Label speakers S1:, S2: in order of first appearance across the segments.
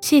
S1: 谢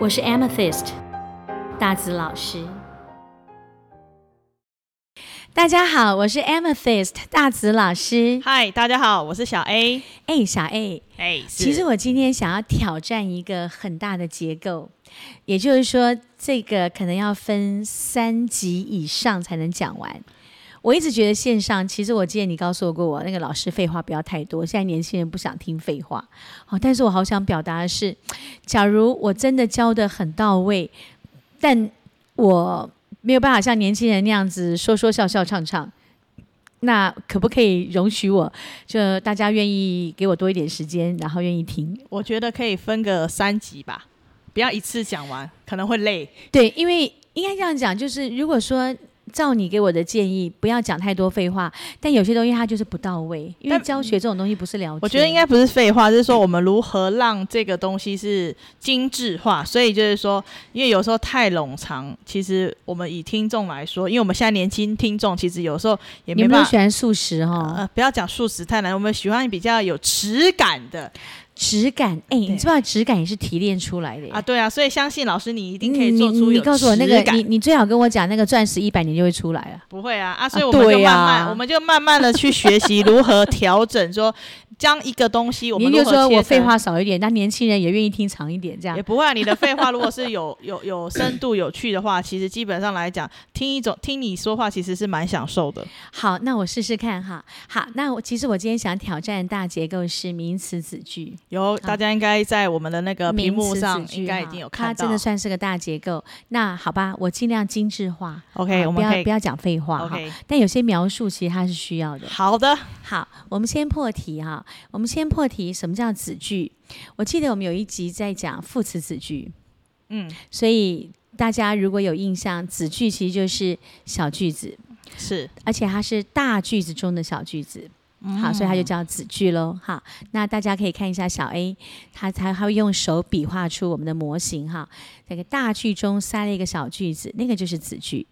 S1: 我是 Amethyst 大紫老师。大家好，我是 Amethyst 大紫老师。
S2: 嗨，大家好，我是小 A。
S1: 哎，小 A，
S2: 哎，
S1: 其实我今天想要挑战一个很大的结构，也就是说，这个可能要分三集以上才能讲完。我一直觉得线上，其实我记得你告诉我过我，那个老师废话不要太多，现在年轻人不想听废话。好、但是我好想表达的是，假如我真的教的很到位，但我没有办法像年轻人那样子说说笑笑唱唱，那可不可以容许我，就大家愿意给我多一点时间，然后愿意听？
S2: 我觉得可以分个三集吧，不要一次讲完，可能会累。
S1: 对，因为应该这样讲，就是如果说照你给我的建议，不要讲太多废话，但有些东西它就是不到位，因为
S2: 但
S1: 教学这种东西不是了解。
S2: 我觉得应该不是废话，就是说我们如何让这个东西是精致化。所以就是说，因为有时候太冗长，其实我们以听众来说，因为我们现在年轻听众，其实有时候也
S1: 你
S2: 没
S1: 们都
S2: 办
S1: 喜
S2: 法。
S1: 欢素食哦哈、
S2: 呃，不要讲素食太难，我们喜欢比较有质感的
S1: 质感，哎、你
S2: 对
S1: 知不知道质感也是提炼出来的耶
S2: 啊，对啊，所以相信老师你一
S1: 嗯你
S2: 定可以做
S1: 你
S2: 出
S1: 你
S2: 有
S1: 告诉我那
S2: 质
S1: 个，
S2: 感
S1: 你你最好跟我讲那个钻石一百年就会出来了。
S2: 不会啊啊！所
S1: 啊
S2: 以我们就
S1: 对啊
S2: 慢慢，我们就慢慢的去学习如何调整， 说将一个东西我们
S1: 你
S2: 如
S1: 就
S2: 何
S1: 说
S2: 切
S1: 我废
S2: 成
S1: 话少一点，那年轻人也愿意听长一点，这样
S2: 也不会、啊。你的废话如果是有 有有深度、有趣的话，其实基本上来讲，听一种听你说话其实是蛮享受的。
S1: 好。那我试试看哈。好，那我其实我今天想挑战大结构是名词子句。
S2: 有大家应该在我们的那个呃屏
S1: 名
S2: 幕
S1: 词
S2: 上
S1: 子句
S2: 应该已
S1: 哈
S2: 经有
S1: 它
S2: 看到
S1: 啊真的。算是个大结构。那好吧，我尽量精致化。
S2: OK，
S1: 好
S2: 我
S1: 啊不
S2: 们可
S1: 要
S2: 以
S1: 不要讲废话哈。
S2: OK，
S1: 但有些描述其实它是需要的。
S2: 好的，
S1: 好，我们先破题哈、我们先破题，什么叫子句？我记得我们有一集在讲副词子句，
S2: 嗯，
S1: 所以大家如果有印象，子句其实就是小句子，
S2: 是
S1: 而且它是大句子中的小句子。
S2: 嗯
S1: 好，所以它就叫子句喽。好，那大家可以看一下小 A，他才他会用手比划出我们的模型哈。这个大句中塞了一个小句子，那个就是子句。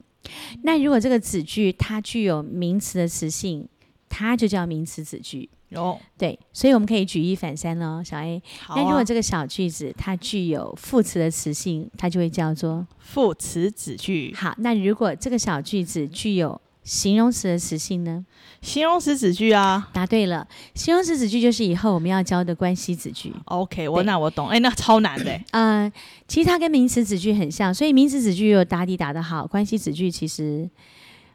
S1: 那如果这个子句它具有名词的词性，它就叫名词子句。
S2: 有
S1: 对，所以我们可以举一反三喽，小 A。
S2: 好
S1: 那如果
S2: 啊。
S1: 这个小句子它具有副词的词性，它就会叫做
S2: 副词子句，
S1: 好。那如果这个小句子具有形容词的词性呢？
S2: 形容词子句啊。
S1: 答对了，形容词子句就是以后我们要教的关系子句。
S2: OK，我
S1: 对
S2: 那我懂。哎、那超难的、
S1: 呃，其实它跟名词子句很像，所以名词子句有打底打得好，关系子句其实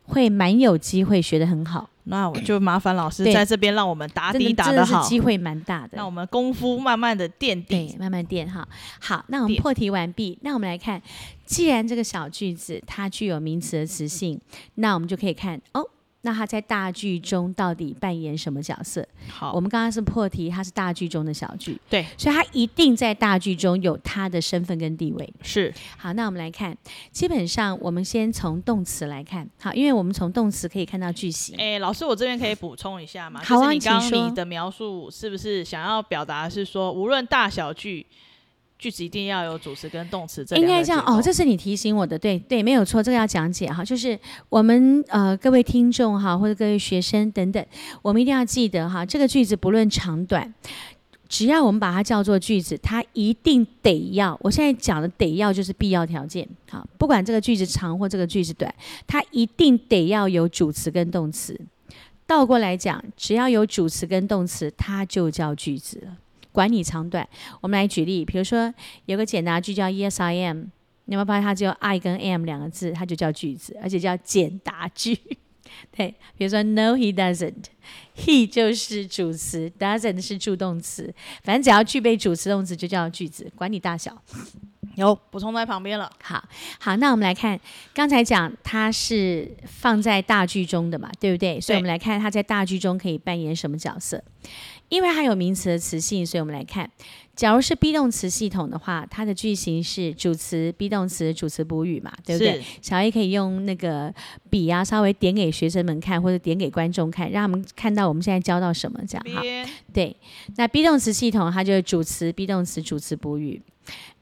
S1: 会蛮有机会学得很好。
S2: 那我就麻烦老师
S1: 对
S2: 在这边让我们打
S1: 真的
S2: 底打
S1: 真
S2: 得
S1: 的是
S2: 好，
S1: 机会蛮大的
S2: 那我。们功夫慢慢的垫
S1: 对
S2: 底，。
S1: 慢慢垫哈。好，那我们
S2: 垫
S1: 破题完毕。那我们来看，既然这个小句子它具有名词的词性，那我们就可以看哦，那它在大句中到底扮演什么角色？
S2: 好，
S1: 我们刚刚是破题，它是大句中的小句，
S2: 对，
S1: 所以它一定在大句中有它的身份跟地位。
S2: 是
S1: 好，那我们来看，基本上我们先从动词来看，好，因为我们从动词可以看到句型。
S2: 哎、老师，我这边可以补充一下吗？
S1: 好啊
S2: 就是你刚
S1: 请
S2: 刚
S1: 说
S2: 你的描述是不是想要表达是说，无论大小句，句子一定要有主词跟动词这
S1: 应
S2: 两个
S1: 该这样
S2: 结构
S1: 哦，这是你提醒我的，对对，没有错，这个要讲解哈，就是我们呃各位听众哈，或者各位学生等等，我们一定要记得哈，这个句子不论长短，只要我们把它叫做句子，它一定得要。我现在讲的得要就是必要条件，好，不管这个句子长或这个句子短，它一定得要有主词跟动词。倒过来讲，只要有主词跟动词，它就叫句子了。管你长短，我们来举例，比如说有个简答句叫 Yes I am，你有没有发现它只有 I 跟 am 两个字，它就叫句子，而且叫简答句。 对，比如说 No he doesn't，he 就是主词，doesn't 是助动词，反正只要具备主词动词就叫句子，管你大小。
S2: 有补充在旁边了。
S1: 好好，那我们来看，刚才讲它是放在大剧中的嘛，对不对？所以我们来看它在大剧中可以扮演什么角色。因为它有名词的词性，所以我们来看，假如是 be 动词系统的话，它的句型是主词、be 动词、主词补语嘛，对不对？
S2: 是？
S1: 小 A 可以用那个笔啊，稍微点给学生们看，或者点给观众看，让他们看到我们现在教到什么，这样哈。
S2: 边
S1: 对，那 be 动词系统它就是主词、be 动词、主词补语。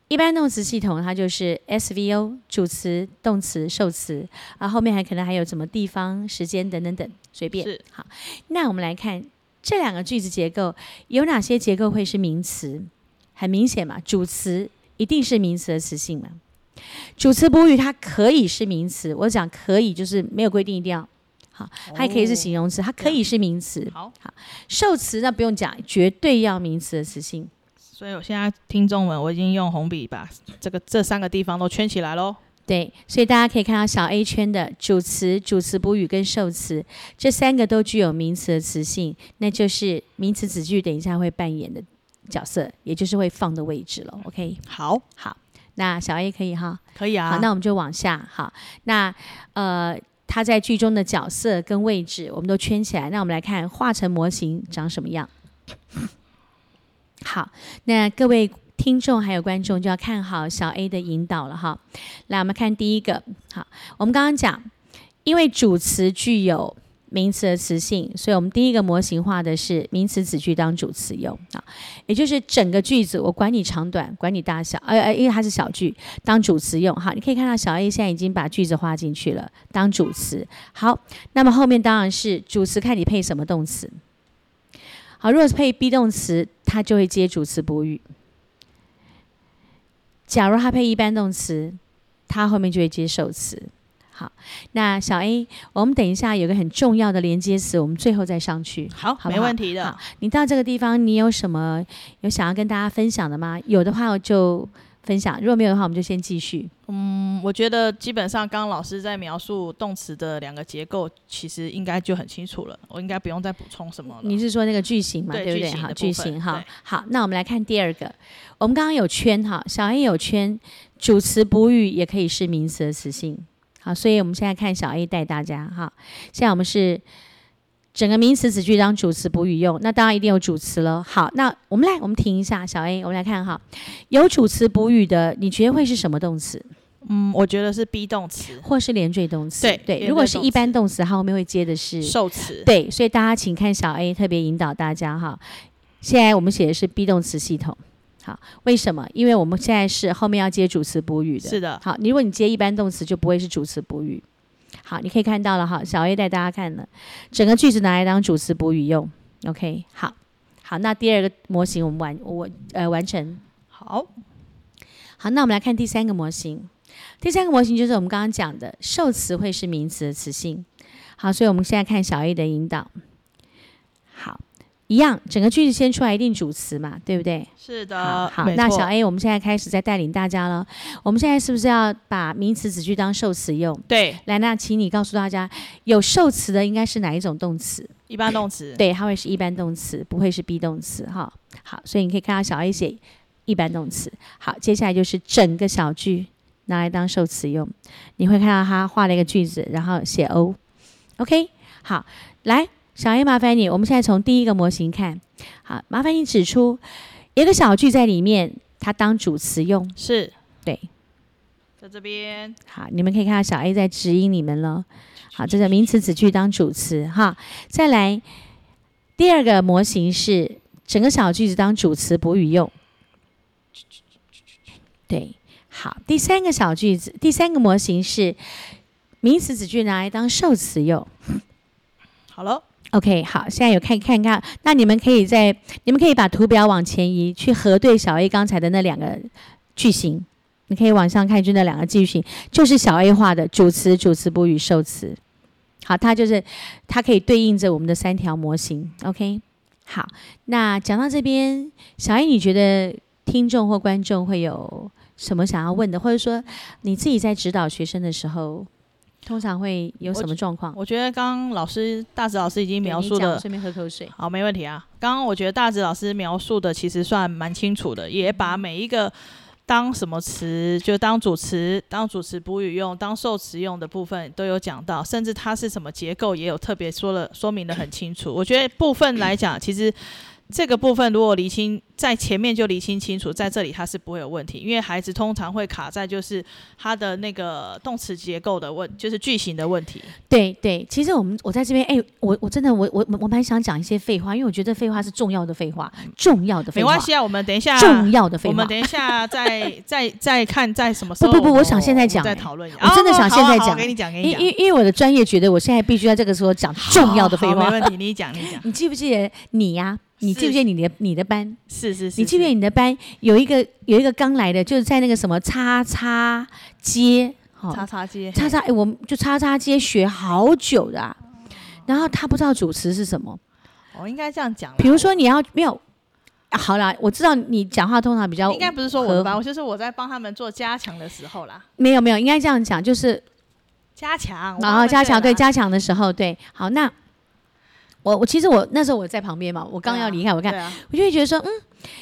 S1: 一般动词系统它就是 SVO 主词、动词、受词，啊，后面还可能还有什么地方、时间等等等，随便。
S2: 是
S1: 好，那我们来看这两个句子结构有哪些结构会是名词？很明显嘛，主词一定是名词的词性嘛。主词补语它可以是名词，我讲可以就是没有规定一定要，好，它也可以是
S2: 哦
S1: 形容词，它可以是名词。
S2: 好，
S1: 受词那不用讲，绝对要名词的词性。
S2: 所以我现在听众们，我已经用红笔把这个这三个地方都圈起来喽。
S1: 对，所以大家可以看到小 A 圈的主词、主词补语跟受词这三个都具有名词的词性，那就是名词子句等一下会扮演的角色，也就是会放的位置了。OK，
S2: 好，
S1: 好，那小 A 可以哈。
S2: 可以啊。
S1: 好，那我们就往下。好，那呃，他在剧中的角色跟位置，我们都圈起来。那我们来看画成模型长什么样。好，那各位听众还有观众就要看好小 A 的引导了哈。来，我们看第一个。好，我们刚刚讲，因为主词具有名词的词性，所以我们第一个模型画的是名词子句当主词用啊，也就是整个句子，我管你长短，管你大小，呃呃，因为它是小句，当主词用。好，你可以看到小 A 现在已经把句子画进去了，当主词。好，那么后面当然是主词，看你配什么动词。好，如果是配 be 动词，它就会接主词补语。假如它配一般动词，它后面就会接受词。好，那小 A，我们等一下有个很重要的连接词，我们最后再上去。
S2: 好，
S1: 好不
S2: 没
S1: 好
S2: 问题的
S1: 好。你到这个地方，你有什么有想要跟大家分享的吗？有的话我就分享，如果没有的话，我们就先继续。
S2: 嗯，我觉得基本上刚刚老师在描述动词的两个结构，其实应该就很清楚了，我应该不用再补充什么了。
S1: 你是说那个句型嘛，
S2: 对
S1: 对不
S2: 句
S1: 对？
S2: 型
S1: 好，
S2: 的
S1: 句
S2: 部分
S1: 型哈
S2: 对。
S1: 好，那我们来看第二个，我们刚刚有圈哈，小 A 有圈，主词补语也可以是名词的词性。好，所以我们现在看小 A 带大家哈，现在我们是整个名词子句当主词补语用，那当然一定有主词了。好，那我们来，我们停一下，小 A，我们来看哈，有主词补语的，你觉得会是什么动词，
S2: 嗯，我觉得是 be 动词、
S1: 或是连缀动词？
S2: 对连
S1: 对，
S2: 缀
S1: 如果是
S2: 动
S1: 一般
S2: 词
S1: 动词，它后面会接的是
S2: 受词，
S1: 对，所以大家请看小 A 特别引导大家哈。现在我们写的是 be 动词系统，好，为什么？因为我们现在是后面要接主词补语的。
S2: 是的，
S1: 好，你如果你接一般动词，就不会是主词补语。好，你可以看到了哈，小 A 带大家看了，整个句子拿来当主词补语用。OK，好，好，那第二个模型我们完我呃完成。
S2: 好，
S1: 好，那我们来看第三个模型。第三个模型就是我们刚刚讲的受词会是名词的词性。好，所以我们现在看小 A 的引导。好，一样，整个句子先出来一定主词嘛，对不对？
S2: 是
S1: 好，
S2: 的，
S1: 好
S2: 呃没
S1: 那
S2: 错
S1: 小 A，我们现在开始在带领大家了。我们现在是不是要把名词子句当受词用？
S2: 对
S1: 来，那请你告诉大家，有受词的应该是哪一种动词？
S2: 一般动词，
S1: 对，它会是一般动词，不会是 be 动词哈。好，所以你可以看到小 A 写一般动词。好，接下来就是整个小句拿来当受词用，你会看到他画了一个句子，然后写 O。OK，好，来，小 A 麻烦你，我们现在从第一个模型看，好，麻烦你指出一个小句在里面，它当主词用，
S2: 是
S1: 对。
S2: 在这边，
S1: 好，你们可以看到小 A 在指引你们了。好，这个名词子句当主词哈。再来，第二个模型是整个小句子当主词补语用。对，好，第三个小句子，第三个模型是名词子句拿来当受词用。
S2: 好了，
S1: OK，好，现在有看看看，那你们可以在你们可以把图表往前移，去核对小 A 刚才的那两个句型。你可以往上看，就那两个句型，就是小 A 画的主词、主词补语、受词。好，它就是它可以对应着我们的三条模型。OK，好，那讲到这边，小 A，你觉得听众或观众会有什么想要问的，或者说你自己在指导学生的时候，通常会有什么状况？
S2: 我觉得刚刚老师大紫老师已经
S1: 对
S2: 描
S1: 你
S2: 述
S1: 讲
S2: 的
S1: 顺便喝口水。
S2: 好，没问题啊。刚刚我觉得大志老师描述的其实算蛮清楚的，也把每一个当什么词，就当主词、当主词补语用、当受词用的部分都有讲到，甚至它是什么结构也有特别说了说明的很清楚。我觉得部分来讲，其实。这个部分如果厘清在前面就厘清清楚，在这里它是不会有问题，因为孩子通常会卡在就是他的那个动词结构的问，就是句型的问题。
S1: 对对，其实我们我在这边，哎、我我真的我我我蛮想讲一些废话，因为我觉得废话是重要的废话，重要的废
S2: 嗯没
S1: 话，
S2: 关系啊，我们等一下
S1: 重要的废
S2: 我
S1: 话
S2: 们。等一下再再再看在什么时候
S1: 不
S2: 们。
S1: 不不我想现在讲
S2: 我们
S1: 欸
S2: 再讨论一下。
S1: 我真的
S2: 哦
S1: 想
S2: 好
S1: 现
S2: 啊
S1: 在
S2: 好
S1: 讲
S2: 给你讲，给
S1: 因
S2: 你讲。
S1: 因因为我的专业觉得，我现在必须在这个时候讲重要的废
S2: 好
S1: 话
S2: 没。问题，你讲，你 讲。
S1: 你记不记得你呀、你记不记得你的你的班？
S2: 是是是，
S1: 你记不记得
S2: 是
S1: 你的班有一个有一个刚来的，就是在那个什么叉叉街，哦
S2: 叉叉哦街？
S1: 叉叉，哎、我们就叉叉街学好久的、啊，然后他不知道主持是什么。
S2: 我哦应该这样讲啦。
S1: 比如说你要没有、啊好啦，我知道你讲话通常比较
S2: 应该不是说我的
S1: 和
S2: 吧，我就是我在帮他们做加强的时候啦，
S1: 没有没有，应该这样讲，就是
S2: 加强。啊我
S1: 然
S2: 帮他
S1: 后
S2: 们
S1: 啊加强对
S2: 对啦，
S1: 加强的时候对，好那我我其实我那时候我在旁边嘛，我刚
S2: 对啊
S1: 要离开，我看
S2: 对啊
S1: 我就会觉得说嗯，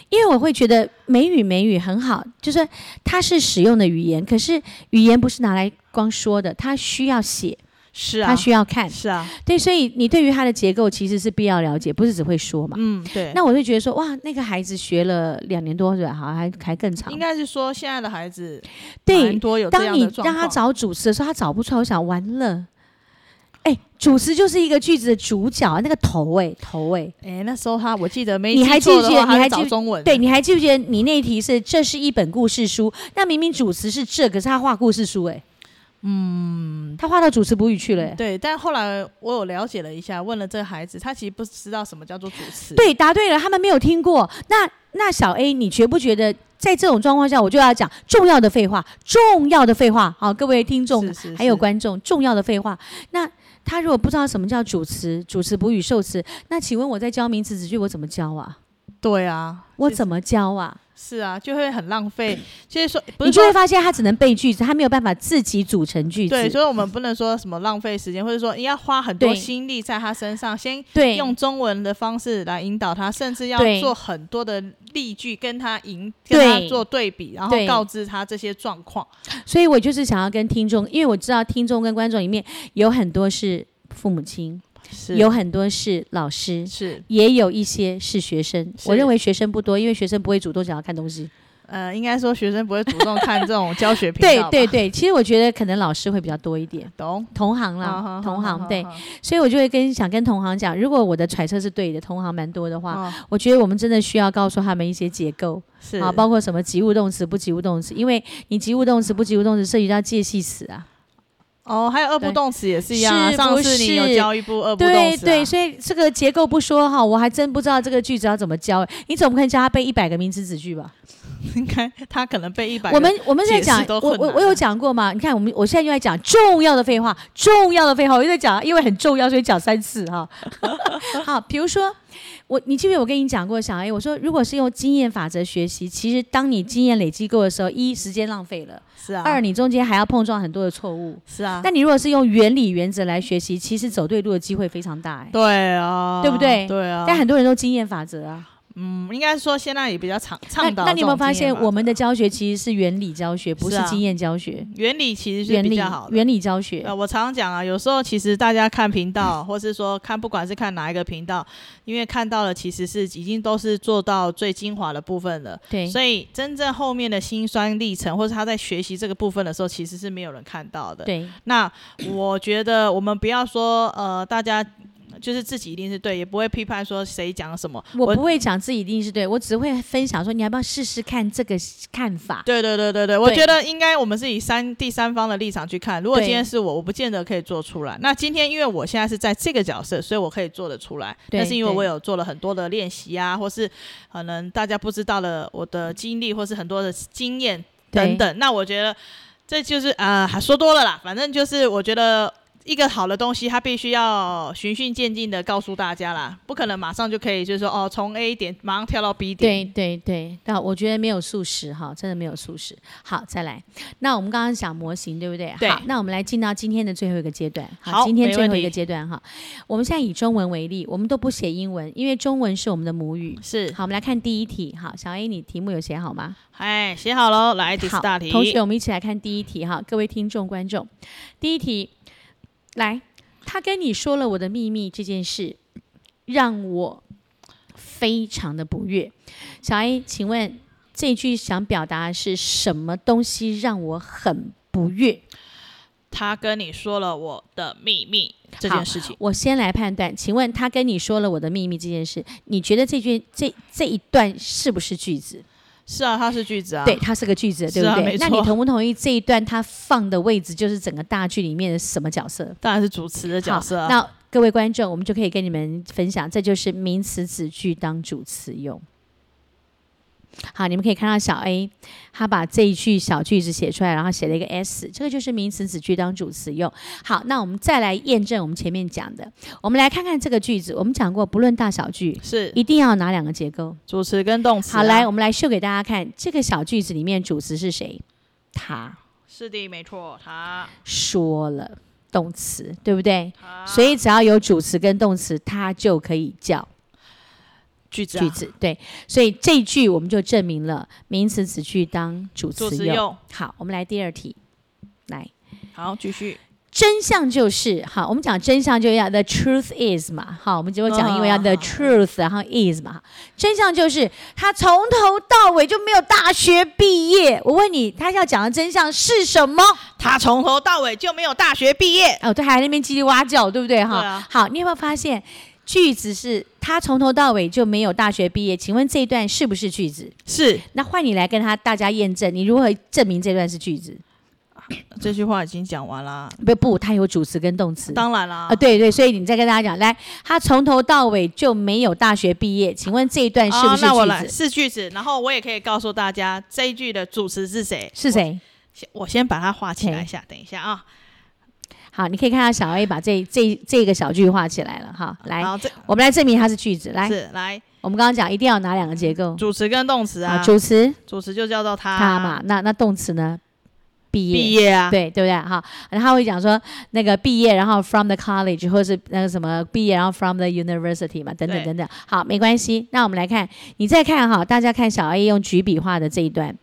S1: 因为我会觉得美语美语很好，就是它是使用的语言，可是语言不是拿来光说的，它需要写，
S2: 是
S1: 它
S2: 啊，
S1: 需要看，
S2: 是啊，
S1: 对，所以你对于它的结构其实是必要了解，不是只会说嘛。
S2: 嗯，对。
S1: 那我就觉得说，哇，那个孩子学了两年多是吧？好，还还更长
S2: 应。该是说现在的孩子
S1: 对
S2: 蛮，多有这
S1: 当
S2: 样
S1: 你
S2: 的状
S1: 让他
S2: 况。
S1: 找主持的时候，他找不出来，我想完了。哎，主持就是一个句子的主角，那个头哎、头哎、
S2: 哎，那时候他我记得没
S1: 你还
S2: 记错
S1: 记不
S2: 的
S1: 记得
S2: 话，他
S1: 你
S2: 是
S1: 还记
S2: 找
S1: 不
S2: 中文的。
S1: 对，你还记不记得你那一题是这是一本故事书？那明明主持是这，可是他画故事书哎、嗯，他画到主持补语去了、哎
S2: 对，但后来我有了解了一下，问了这个孩子，他其实不知道什么叫做主持。，
S1: 对，答对了，他们没有听过。那那小 A，你觉不觉得在这种状况下，我就要讲重要的废话，重要的废话。好，各位听众
S2: 是是
S1: 还有
S2: 是
S1: 观众，重要的废话。那他如果不知道什么叫主词、主词补语、受词，那请问我在教名词子句，我怎么教啊？
S2: 对啊，
S1: 我
S2: 其实
S1: 怎么教啊？
S2: 是啊，就会很 浪费。就是说，不
S1: 你
S2: 是
S1: 就
S2: 说
S1: 会发现他只能背句子，他没有办法自己组成句子。
S2: 对，所以我们不能说什么浪费时间，或者说你要花很多
S1: 对
S2: 心力在他身上，先
S1: 对
S2: 用中文的方式来引导他，甚至要
S1: 对
S2: 做很多的例句跟他引跟
S1: 对
S2: 他做对比，然后
S1: 对
S2: 告知他这些状况。
S1: 所以我就是想要跟听众，因为我知道听众跟观众里面有很多是父母亲，
S2: 是
S1: 有很多是老师，
S2: 是
S1: 也有一些是学生。
S2: 是
S1: 我认为学生不多，因为学生不会主动想要看东西。
S2: 呃，应该说学生不会主动看这种教学频
S1: 对
S2: 道吧，
S1: 对对，其实我觉得可能老师会比较多一点，
S2: 懂。
S1: 同行
S2: 啊
S1: 啦
S2: 哈，
S1: 同
S2: 哈
S1: 行
S2: 哈
S1: 对，
S2: 哈
S1: 所以我就会跟想跟同行讲，如果我的揣测是对的，同行蛮多的话，
S2: 哦
S1: 我觉得我们真的需要告诉他们一些结构
S2: 是
S1: 啊，包括什么及物动词、不及物动词，因为你及物动词、不及物动词涉及到介系词啊，
S2: 哦，还有二
S1: 对
S2: 不动词也是一样啊。
S1: 是
S2: 上
S1: 不
S2: 次你有
S1: 是
S2: 教一部二不动词、啊
S1: 对，对，所以这个结构不说哈，我还真不知道这个句子要怎么教，你总不可能教他背一百个名词子句吧？
S2: 应该他可能被一百
S1: 我们我们在
S2: 解释
S1: 讲，
S2: 都
S1: 我
S2: 困
S1: 我
S2: 难
S1: 我有
S2: 啊
S1: 讲过嘛？你看，我们我现在又在讲重要的废话，重要的废话，我又在讲，因为很重要，所以讲三次哈。 好，比如说我，你记不记得我跟你讲过小 A？我说，如果是用经验法则学习，其实当你经验累积够的时候，一时间浪费了，
S2: 是啊，
S1: 二你中间还要碰撞很多的错误。
S2: 是啊，
S1: 但你如果是用原理原则来学习，其实走对路的机会非常大、哎
S2: 对啊，
S1: 对不对
S2: 对啊，
S1: 但很多人都经验法则啊。
S2: 嗯，应该说现在也比较倡倡
S1: 那
S2: 导
S1: 那你有没有
S2: 这种
S1: 发
S2: 经验
S1: 现，
S2: 法
S1: 我们
S2: 则啊
S1: 的教学其实是原理教学，不
S2: 是
S1: 是
S2: 啊
S1: 经验教学？
S2: 原理其实是
S1: 原
S2: 比
S1: 理
S2: 较好的。
S1: 原理教学。
S2: 呃，我常常讲啊，有时候其实大家看频道， 或是说看不管是看哪一个频道，因为看到了其实是已经都是做到最精华的部分了，
S1: 对，
S2: 所以真正后面的辛酸历程，或是他在学习这个部分的时候，其实是没有人看到的。
S1: 对，
S2: 那我觉得我们不要说呃，大家就是自己一定是对，也不会批判说谁讲什么。
S1: 我不会讲自己一定是对，我只会分享说你要不要试试看这个看法。
S2: 对对对对对，我
S1: 对
S2: 觉得应该我们是以三第三方的立场去看。如果
S1: 对
S2: 今天是我，我不见得可以做出来。那今天因为我现在是在这个角色，所以我可以做得出来。
S1: 对
S2: 但是因为
S1: 对
S2: 我有做了很多的练习啊，或是可能大家不知道的我的经历，或是很多的经验
S1: 对
S2: 等等。那我觉得这就是啊、还说多了啦，反正就是我觉得。一个好的东西，它必须要循序渐进的告诉大家啦，不可能马上就可以，就是说哦，从 A 点马上跳到 B 点。
S1: 对对对，那我觉得没有素食哈，真的没有素食。好，再来，那我们刚刚讲模型，对不对？
S2: 对
S1: 好，那我们来进到今天的最后一个阶段。
S2: 好
S1: 今天
S2: 没
S1: 最
S2: 问
S1: 后一
S2: 题
S1: 个阶段哈，我们现在以中文为例，我们都不写英文，因为中文是我们的母语。
S2: 是，
S1: 好，我们来看第一题。好，小 A，你题目有写好吗？
S2: 哎，写好喽，来第
S1: 好
S2: 四，大题。
S1: 同学，我们一起来看第一题哈，各位听众观众，第一题，来，他跟你说了我的秘密这件事，让我非常的不悦。小 A，请问这句想表达的是什么东西让我很不悦？
S2: 他跟你说了我的秘密这件事情，
S1: 我先来判断，请问他跟你说了我的秘密这件事，你觉得这句这这一段是不是句子？
S2: 是啊，它是句子啊，
S1: 对，，它是个句子，对
S2: 是
S1: 不
S2: 啊
S1: 对？
S2: 没
S1: 那你
S2: 错
S1: 同不同意这一段它放的位置就是整个大剧里面的什么角色？
S2: 当然是主持的角色
S1: 好
S2: 啊。
S1: 那各位观众，我们就可以跟你们分享，这就是名词子句当主词用。好，你们可以看到小 A，他把这一句小句子写出来，然后写了一个 s，这个就是名词子句当主词用。好，那我们再来验证我们前面讲的，我们来看看这个句子。我们讲过，不论大小句，
S2: 是
S1: 一定要哪两个结构？
S2: 主持跟动词啊、
S1: 好，来，我们来秀给大家看，这个小句子里面主词是谁？他
S2: 是的，没错，他
S1: 说了，动词，对不对？
S2: 他
S1: 所以只要有主词跟动词，它就可以叫
S2: 句子啊、
S1: 句子。对，所以这一句我们就证明了名词子句当主
S2: 主
S1: 词
S2: 持
S1: 用。
S2: 用。
S1: 好，我们来第二题，来。
S2: 好，继续。
S1: 真相就是，好，我们讲真相就要 the truth is 嘛，好，我们结果讲因为要
S2: 嗯
S1: the truth，、然后 is 嘛，真相就是他从头到尾就没有大学毕业。我问你，他要讲的真相是什么？
S2: 他从头到尾就没有大学毕业，
S1: 哦，对，还在那边叽里哇叫，对不对？哈、
S2: 对啊
S1: 好，你有没有发现句子是他从头到尾就没有大学毕业？请问这一段是不是句子？
S2: 是
S1: 那换你来跟他大家验证，你如何证明这段是句子？
S2: 这句话已经讲完啦。
S1: 不不，它有主词跟动词。
S2: 当然啦，
S1: 啊，对对，所以你再跟大家讲，来，他从头到尾就没有大学毕业，请问这一段是不是句
S2: 啊
S1: 子？
S2: 那我来是句子，然后我也可以告诉大家这一句的主持是谁。
S1: 是谁？
S2: 先我先把它画起来
S1: OK
S2: 一下，等一下啊。
S1: 好，你可以看到小 A 把这这这个小句画起来了哈。来，
S2: 然后这
S1: 我们来证明它是句子。来，
S2: 是来
S1: 我们刚刚讲一定要哪两个结构？
S2: 主持跟动词啊，
S1: 主词
S2: 主持就叫做他
S1: 他嘛，那那动词呢？毕业。
S2: 啊毕业啊，
S1: 对对不对？哈，然后他会讲说那个毕业，然后 from the college，或是那个什么毕业，然后 from the university 嘛，等等
S2: 对
S1: 等等。好，没关系。那我们来看，你再看哈，大家看小 A 用举笔画的这一段，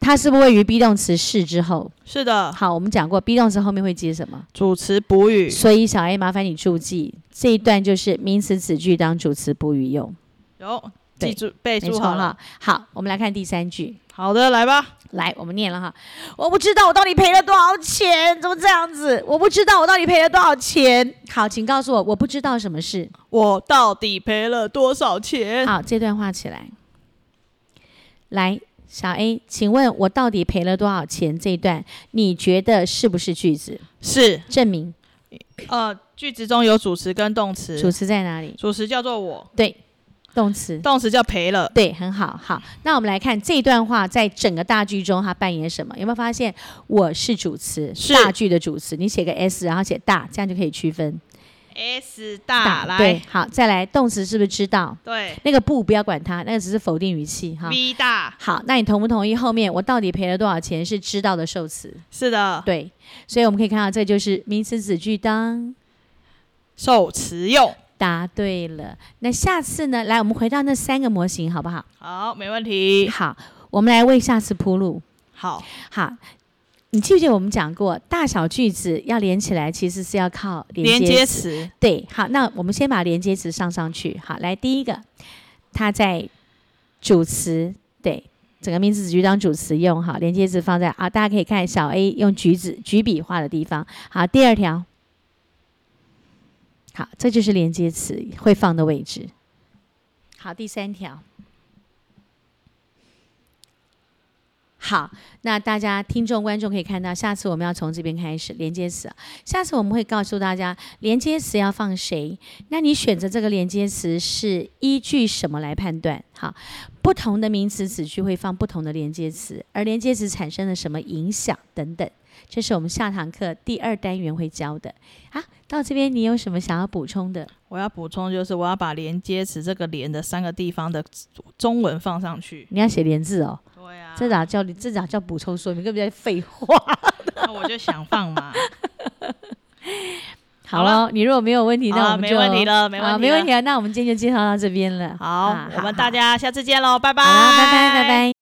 S1: 它是不是位于 be 动词是之后？
S2: 是的，
S1: 好，我们讲过 be 动词后面会接什么？
S2: 主持补语
S1: 所以小 A 麻烦你注记这一段就是名词子句当主词补语用，
S2: 有
S1: 对
S2: 记住备
S1: 没
S2: 注
S1: 错
S2: 好了。
S1: 哈。好，我们来看第三句。
S2: 好的，来吧。
S1: 来，我们念了哈。我不知道我到底赔了多少钱，怎么这样子？我不知道我到底赔了多少钱。好，请告诉我，我不知道什么事。
S2: 我到底赔了多少钱？
S1: 好，这段话起来。来，小 A，请问我到底赔了多少钱？这一段你觉得是不是句子？
S2: 是
S1: 证明
S2: 呃，句子中有主词跟动词，
S1: 主词在哪里？
S2: 主词叫做我，
S1: 对，动词，
S2: 动词叫赔了。
S1: 对，很好，好。那我们来看这段话在整个大剧中它扮演什么？有没有发现我是主词，
S2: 是
S1: 大剧的主词，你写个 s，然后写大，这样就可以区分。
S2: S 大
S1: 对
S2: 来，
S1: 好，再来动词是不是知道？
S2: 对
S1: 那个不不要管它，那个只是否定语气哈。
S2: V 大
S1: 好，那你同不同意后面我到底赔了多少钱是知道的受词？
S2: 是的，
S1: 对，所以我们可以看到这就是名词子句当。
S2: 受词用。
S1: 答对了，那下次呢？来，我们回到那三个模型好不好？
S2: 好，没问题。
S1: 好，我们来为下次铺路。
S2: 好，
S1: 好，你记不记得我们讲过，大小句子要连起来，其实是要靠连
S2: 连
S1: 接
S2: 接
S1: 词。
S2: 词
S1: 对，好，那我们先把连接词上上去。好，来第一个，它在主词，对，整个名词子句当主词用。好，连接词放在啊，大家可以看小 A 用橘子橘笔画的地方。好，第二条，好，这就是连接词会放的位置。好，第三条。好，那大家听众观众可以看到，下次我们要从这边开始连接词啊。下次我们会告诉大家连接词要放谁？那你选择这个连接词是依据什么来判断？好，不同的名词子句会放不同的连接词，而连接词产生了什么影响等等，这是我们下堂课第二单元会教的。啊，到这边你有什么想要补充的？
S2: 我要补充就是我要把连接词这个连的三个地方的中文放上去。
S1: 你要写连字哦，
S2: 对啊
S1: 这哪叫这哪叫补充说明？根本就在废 话。
S2: 那我就想放 嘛。
S1: 好
S2: 好了
S1: 了，你如果没有问题，
S2: 好
S1: 那
S2: 了
S1: 我们
S2: 没
S1: 就
S2: 问题了，没
S1: 啊，
S2: 问题
S1: 没
S2: 了。
S1: 问题啊。那我们今天就介绍到这边了。
S2: 好
S1: 啊，
S2: 我们大。家下次见喽，拜拜，
S1: 好好，拜拜，拜拜。